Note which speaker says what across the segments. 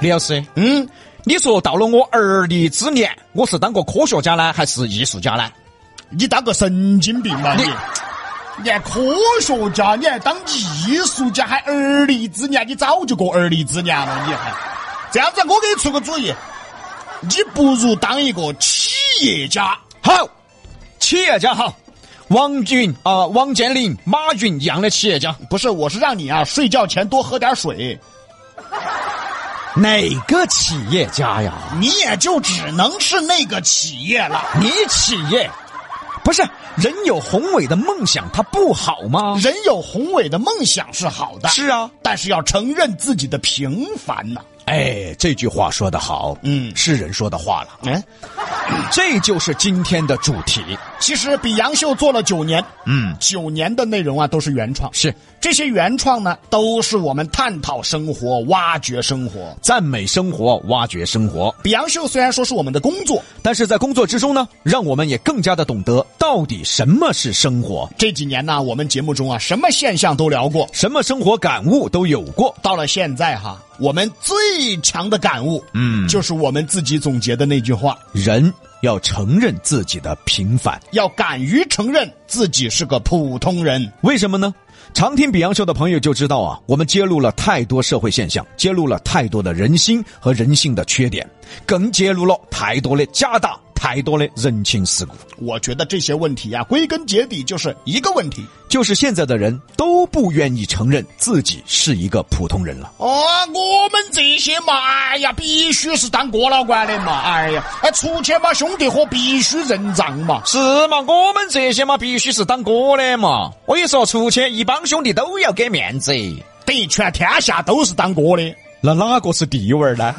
Speaker 1: 李老师，
Speaker 2: 嗯，
Speaker 1: 你说到了我而立之年，我是当个科学家呢，还是艺术家呢？
Speaker 2: 你当个神经病嘛你
Speaker 1: 你！
Speaker 2: 你还科学家，你还当艺术家，还而立之年，你早就过而立之年了，你还这样子，我给你出个主意，你不如当一个企业家。
Speaker 1: 好，企业家好，王云啊、王健林、马云一样的企业家，
Speaker 2: 不是，我是让你啊，睡觉前多喝点水。
Speaker 1: 哪个企业家呀？
Speaker 2: 你也就只能是那个企业了。
Speaker 1: 你企业不是人有宏伟的梦想，它不好吗？
Speaker 2: 人有宏伟的梦想是好的，
Speaker 1: 哦是啊，
Speaker 2: 但是要承认自己的平凡呐、
Speaker 1: 哎，这句话说得好，
Speaker 2: 嗯
Speaker 1: 是人说的话了，
Speaker 2: 嗯，
Speaker 1: 这就是今天的主题。
Speaker 2: 其实比杨秀做了九年，
Speaker 1: 嗯，
Speaker 2: 九年的内容啊都是原创，
Speaker 1: 是
Speaker 2: 这些原创呢都是我们探讨生活、挖掘生活。
Speaker 1: 赞美生活，挖掘生活。
Speaker 2: 比杨秀虽然说是我们的工作，
Speaker 1: 但是在工作之中呢，让我们也更加的懂得到底什么是生活，
Speaker 2: 这几年呢我们节目中啊什么现象都聊过，
Speaker 1: 什么生活感悟都有过。
Speaker 2: 到了现在哈，我们最强的感悟，
Speaker 1: 嗯
Speaker 2: 就是我们自己总结的那句话：
Speaker 1: 人要承认自己的平凡，
Speaker 2: 要敢于承认自己是个普通人。
Speaker 1: 为什么呢？常听比洋秀的朋友就知道啊，我们揭露了太多社会现象，揭露了太多的人心和人性的缺点，更揭露了太多的假大，太多的人情世故。
Speaker 2: 我觉得这些问题呀、啊归根结底就是一个问题。
Speaker 1: 就是现在的人都不愿意承认自己是一个普通人了。
Speaker 2: 哦，我们这些嘛，哎呀，必须是当哥老倌的嘛，哎呀，哎，出去嘛，兄弟伙必须认账嘛。
Speaker 1: 是嘛？我们这些嘛，必须是当哥的嘛。我跟你说，出去一帮兄弟都要给面子。
Speaker 2: 等于全天下都是当哥的。
Speaker 1: 那哪个是地位呢？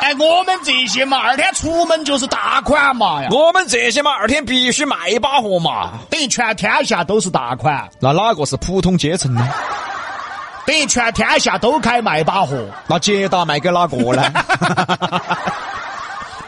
Speaker 2: 哎，我们这些嘛，二天出门就是大款嘛呀，
Speaker 1: 我们这些嘛，二天必须卖把货嘛。
Speaker 2: 等于全天下都是大款，
Speaker 1: 那哪个是普通阶层呢？
Speaker 2: 等于全天下都开卖把货。
Speaker 1: 那捷达卖给哪个 呢？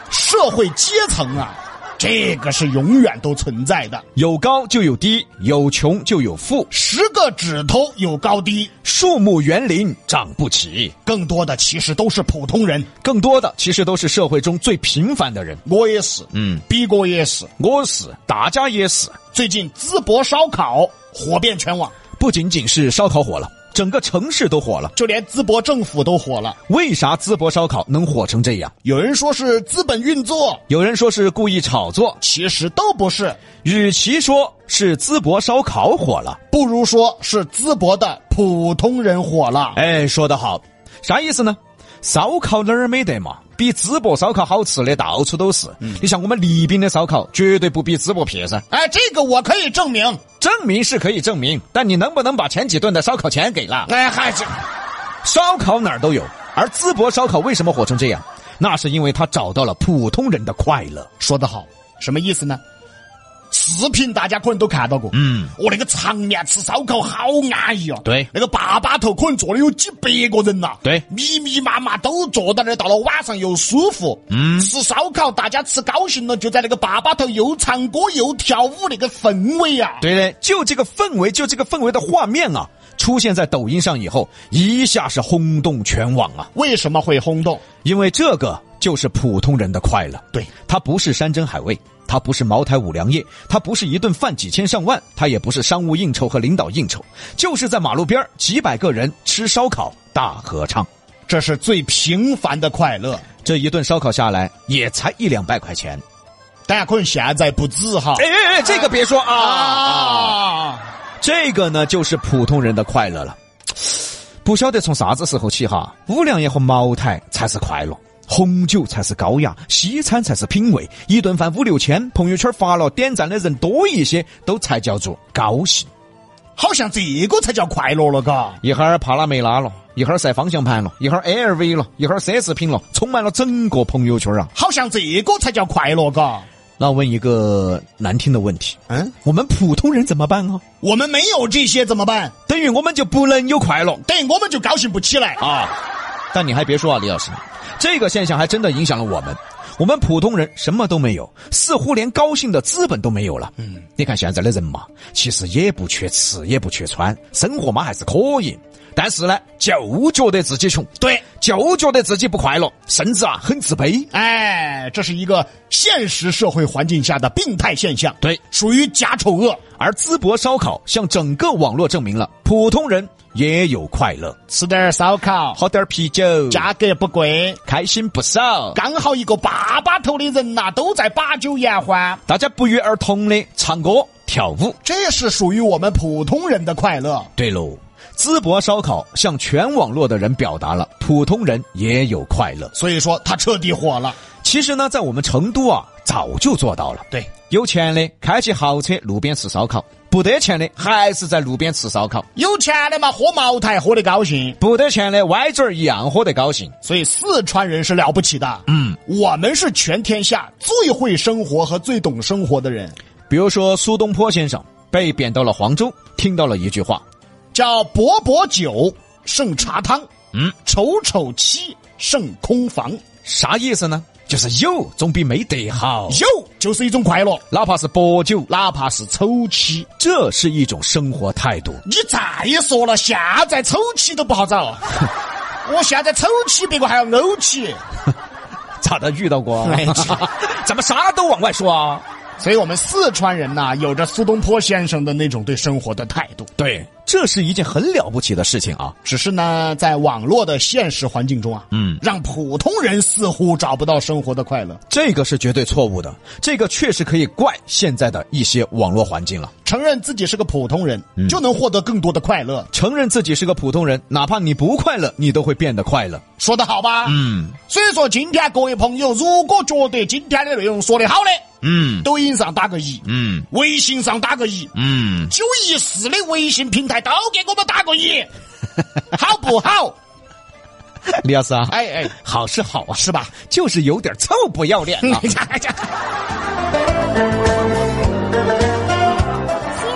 Speaker 2: 社会阶层啊，这个是永远都存在的。
Speaker 1: 有高就有低，有穷就有富，
Speaker 2: 十个指头有高低，
Speaker 1: 树木园林长不起。
Speaker 2: 更多的其实都是普通人。
Speaker 1: 更多的其实都是社会中最平凡的人。
Speaker 2: 我也是，
Speaker 1: 嗯，
Speaker 2: 逼哥也是。
Speaker 1: 我是，大家也是。
Speaker 2: 最近淄博烧烤火遍全网，
Speaker 1: 不仅仅是烧烤火了，整个城市都火了。
Speaker 2: 就连淄博政府都火了。
Speaker 1: 为啥淄博烧烤能火成这样？
Speaker 2: 有人说是资本运作，
Speaker 1: 有人说是故意炒作，
Speaker 2: 其实都不是，
Speaker 1: 与其说是淄博烧烤火了，
Speaker 2: 不如说是淄博的普通人火了。
Speaker 1: 哎，说得好，啥意思呢？烧烤哪儿没得嘛？比淄博烧烤好吃的到处都是。你像我们宜宾的烧烤，绝对不比淄博撇噻。
Speaker 2: 哎，这个我可以证明。
Speaker 1: 证明是可以证明，但你能不能把前几顿的烧烤钱给了？
Speaker 2: 哎，还是
Speaker 1: 烧烤哪儿都有，而淄博烧烤为什么火成这样？那是因为他找到了普通人的快乐。
Speaker 2: 说得好，什么意思呢？视频大家可能都看到过，
Speaker 1: 嗯，
Speaker 2: 我那个场面吃烧烤好安逸啊！
Speaker 1: 对
Speaker 2: 那个坝坝头可能坐了有几百个人呐、
Speaker 1: 对
Speaker 2: 密密麻麻都坐到那儿，到了晚上又舒服，嗯，吃烧烤大家吃高兴了，就在那个坝坝头又唱歌又跳舞，那个氛围啊，
Speaker 1: 对的，就这个氛围，就这个氛围的画面啊，出现在抖音上以后，一下是轰动全网啊！
Speaker 2: 为什么会轰动？
Speaker 1: 因为这个就是普通人的快乐，
Speaker 2: 对，
Speaker 1: 它不是山珍海味，它不是茅台五粮液，它不是一顿饭几千上万，它也不是商务应酬和领导应酬，就是在马路边儿几百个人吃烧烤大合唱。
Speaker 2: 这是最平凡的快乐。
Speaker 1: 这一顿烧烤下来也才一两百块钱，
Speaker 2: 大家可能现在不止哈，
Speaker 1: 哎哎哎，这个别说啊，
Speaker 2: 啊，
Speaker 1: 这个呢就是普通人的快乐了。不晓得从啥子时候起哈，五粮液和茅台才是快乐，红酒才是高雅，西餐才是品味。一顿饭五六千，朋友圈发了点赞的人多一些，都才叫做高兴。
Speaker 2: 好像这个才叫快乐了，嘎。
Speaker 1: 一会儿帕拉梅拉了，一会儿晒方向盘了，一会儿 LV 了，一会儿奢侈品了，充满了整个朋友圈啊！
Speaker 2: 好像这个才叫快乐，嘎。
Speaker 1: 那我问一个难听的问题，
Speaker 2: 嗯，
Speaker 1: 我们普通人怎么办啊？
Speaker 2: 我们没有这些怎么办？
Speaker 1: 等于我们就不能有快乐。
Speaker 2: 等于我们就高兴不起来。
Speaker 1: 啊。但你还别说啊，李老师，这个现象还真的影响了我们。我们普通人什么都没有，似乎连高兴的资本都没有了。嗯，你看现在的人嘛，其实也不缺吃，也不缺穿，生活嘛还是可以。但是呢，就觉得自己穷，
Speaker 2: 对，
Speaker 1: 就觉得自己不快乐，甚至啊很自卑。
Speaker 2: 哎，这是一个现实社会环境下的病态现象，
Speaker 1: 对
Speaker 2: 属于假丑恶。
Speaker 1: 而淄博烧烤向整个网络证明了，普通人也有快乐，
Speaker 2: 吃点烧烤，
Speaker 1: 喝点啤酒，
Speaker 2: 价格不贵，
Speaker 1: 开心不少。
Speaker 2: 刚好一个坝坝头的人呐、都在把酒言欢，
Speaker 1: 大家不约而同的唱歌跳舞。
Speaker 2: 这是属于我们普通人的快乐。
Speaker 1: 对喽，淄博烧烤向全网络的人表达了，普通人也有快乐。
Speaker 2: 所以说，他彻底火了。
Speaker 1: 其实呢，在我们成都啊，早就做到了。
Speaker 2: 对，
Speaker 1: 有钱的开起豪车路边吃烧烤，不得钱的还是在路边吃烧烤，
Speaker 2: 有钱的嘛，喝茅台喝得高兴。
Speaker 1: 不得钱的歪嘴儿一样喝得高兴。
Speaker 2: 所以四川人是了不起的，嗯，我们是全天下最会生活和最懂生活的人，
Speaker 1: 比如说苏东坡先生被贬到了黄州，听到了一句话，
Speaker 2: 叫薄薄酒胜茶汤，嗯，丑丑妻胜空房，
Speaker 1: 啥意思呢？就是有总比没得好，
Speaker 2: 有就是一种快乐，
Speaker 1: 哪怕是薄酒，
Speaker 2: 哪怕是丑妻，
Speaker 1: 这是一种生活态度。
Speaker 2: 你再说了，现在丑妻都不好 找，我现在丑妻，别个还要怄妻，
Speaker 1: 咋的？遇到 过
Speaker 2: 哎？
Speaker 1: 怎么啥都往外说啊？
Speaker 2: 所以我们四川人呐、有着苏东坡先生的那种对生活的态度。
Speaker 1: 对，这是一件很了不起的事情啊！
Speaker 2: 只是呢，在网络的现实环境中啊，嗯，让普通人似乎找不到生活的快乐。
Speaker 1: 这个是绝对错误的，这个确实可以怪现在的一些网络环境了。啊
Speaker 2: 承认自己是个普通人，就能获得更多的快乐。
Speaker 1: 承认自己是个普通人，哪怕你不快乐，你都会变得快乐。
Speaker 2: 说得好吧？嗯。所以说，今天各位朋友，如果觉得今天的内容说得好的，
Speaker 1: 嗯
Speaker 2: 抖音上打个一，
Speaker 1: 嗯
Speaker 2: 微信上打个一，
Speaker 1: 嗯，
Speaker 2: 九一四的微信平台都给我们打个一， 好不好？
Speaker 1: 李老师啊，
Speaker 2: 哎 哎，
Speaker 1: 好是好啊，
Speaker 2: 是吧？
Speaker 1: 就是有点臭不要
Speaker 2: 哎
Speaker 1: 脸啊。
Speaker 3: 西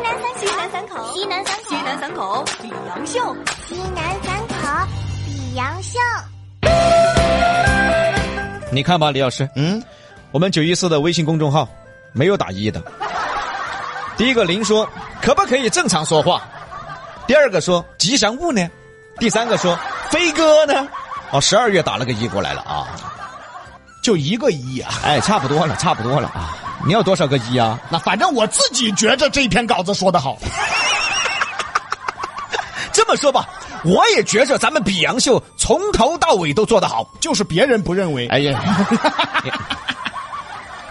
Speaker 3: 南三西南三口，西南三口，西南三口，李阳秀，
Speaker 4: 西南三口比洋秀，
Speaker 1: 你看吧，李老师，
Speaker 2: 嗯，
Speaker 1: 我们九一四的微信公众号没有打一的。第一个零说可不可以正常说话？第二个说吉祥物呢？第三个说飞哥呢？哦，十二月打了个一过来了啊！
Speaker 2: 就一个一啊。
Speaker 1: 哎，差不多了，差不多了啊！你要多少个一啊？
Speaker 2: 那反正我自己觉着这篇稿子说得好。
Speaker 1: 这么说吧，我也觉着咱们比洋秀从头到尾都做得好。
Speaker 2: 就是别人不认为。
Speaker 1: 哎 呀，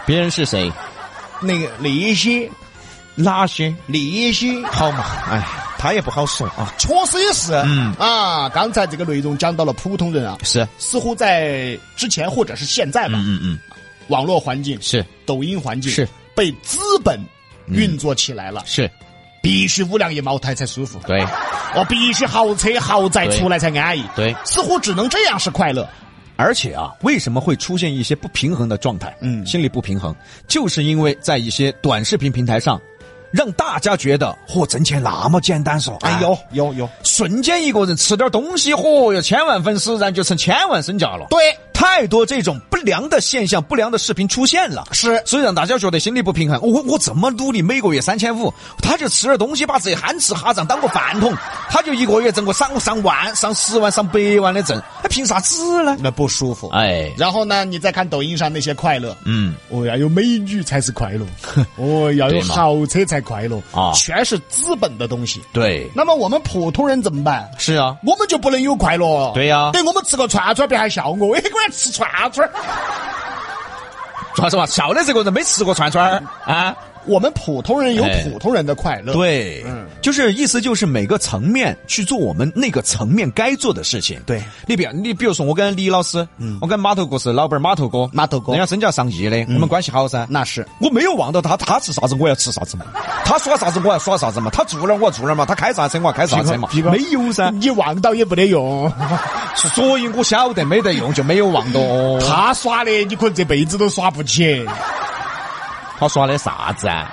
Speaker 1: 别人是谁？
Speaker 2: 那个李希，
Speaker 1: 拉些
Speaker 2: 李希
Speaker 1: 好嘛？哎，他也不好说啊。
Speaker 2: 确实也是，
Speaker 1: 嗯
Speaker 2: 啊，刚才这个内容讲到了普通人啊，
Speaker 1: 是，
Speaker 2: 似乎在之前或者是现在吧，
Speaker 1: 嗯嗯，
Speaker 2: 网络环境、
Speaker 1: 是
Speaker 2: 抖音环境
Speaker 1: 是嗯
Speaker 2: 被资本运作起来了，
Speaker 1: 是，
Speaker 2: 必须五粮液茅台才舒服，
Speaker 1: 对
Speaker 2: 我必须豪车豪宅
Speaker 1: 对
Speaker 2: 出来才安逸，
Speaker 1: 对。
Speaker 2: 似乎只能这样是快乐。
Speaker 1: 而且啊，为什么会出现一些不平衡的状态？
Speaker 2: 嗯
Speaker 1: 心理不平衡，就是因为在一些短视频平台上，让大家觉得嚯挣钱那么简单嗦。
Speaker 2: 哎，有有有，
Speaker 1: 瞬间一个人吃点东西，嚯有千万粉丝，然后就成千万身价了。
Speaker 2: 对，
Speaker 1: 太多这种不良的现象、不良的视频出现了。
Speaker 2: 是
Speaker 1: 所以让大家觉得心理不平衡。哦我我怎么努力每个月三千五，他就吃点东西把自己憨吃哈胀当个饭桶，他就一个月挣个上上万、上十万、上百万的挣，他凭啥子呢？
Speaker 2: 那不舒服。
Speaker 1: 哎，
Speaker 2: 然后呢，你再看抖音上那些快乐，
Speaker 1: 嗯，
Speaker 2: 哦，要有美女才是 快乐，哦，要有
Speaker 1: 对嘛
Speaker 2: 豪车才快乐
Speaker 1: 啊
Speaker 2: 全是资本的东西。
Speaker 1: 对，
Speaker 2: 那么我们普通人怎么办？
Speaker 1: 是啊，
Speaker 2: 我们就不能有快乐？
Speaker 1: 对呀
Speaker 2: 对我们吃个串串，别还笑我， 哎，我要吃串串。
Speaker 1: 说实话，笑的这个人没吃过串串儿啊。
Speaker 2: 我们普通人有
Speaker 1: 哎
Speaker 2: 普通人的快乐，，
Speaker 1: 对，
Speaker 2: 嗯
Speaker 1: 就是意思就是每个层面去做我们那个层面该做的事情。
Speaker 2: 对，
Speaker 1: 你比你比如说我跟李老师，我跟码头哥是老板码头哥，
Speaker 2: 码头哥嗯
Speaker 1: 人家身价上亿的，我们关系好噻。
Speaker 2: 那是
Speaker 1: 我没有望到他，他吃啥子我要吃啥子嘛，他耍啥子我要耍啥子嘛，他住哪儿我要住哪儿嘛，他开啥车我要开啥车嘛
Speaker 2: 皮哥，
Speaker 1: 没有噻。
Speaker 2: 你望到也没得用。
Speaker 1: 所以我晓得没得用，就没有望到。
Speaker 2: 他耍的，你可能这辈子都耍不起。
Speaker 1: 他耍的啥子 啊？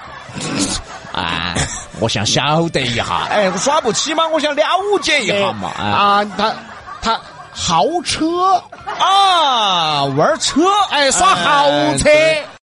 Speaker 1: 啊，我想晓得一下。哎，我耍不起嘛，我想了解一下嘛。哎
Speaker 2: 啊，他他豪车，
Speaker 1: 啊，玩车，哎，
Speaker 2: 哎，耍豪车。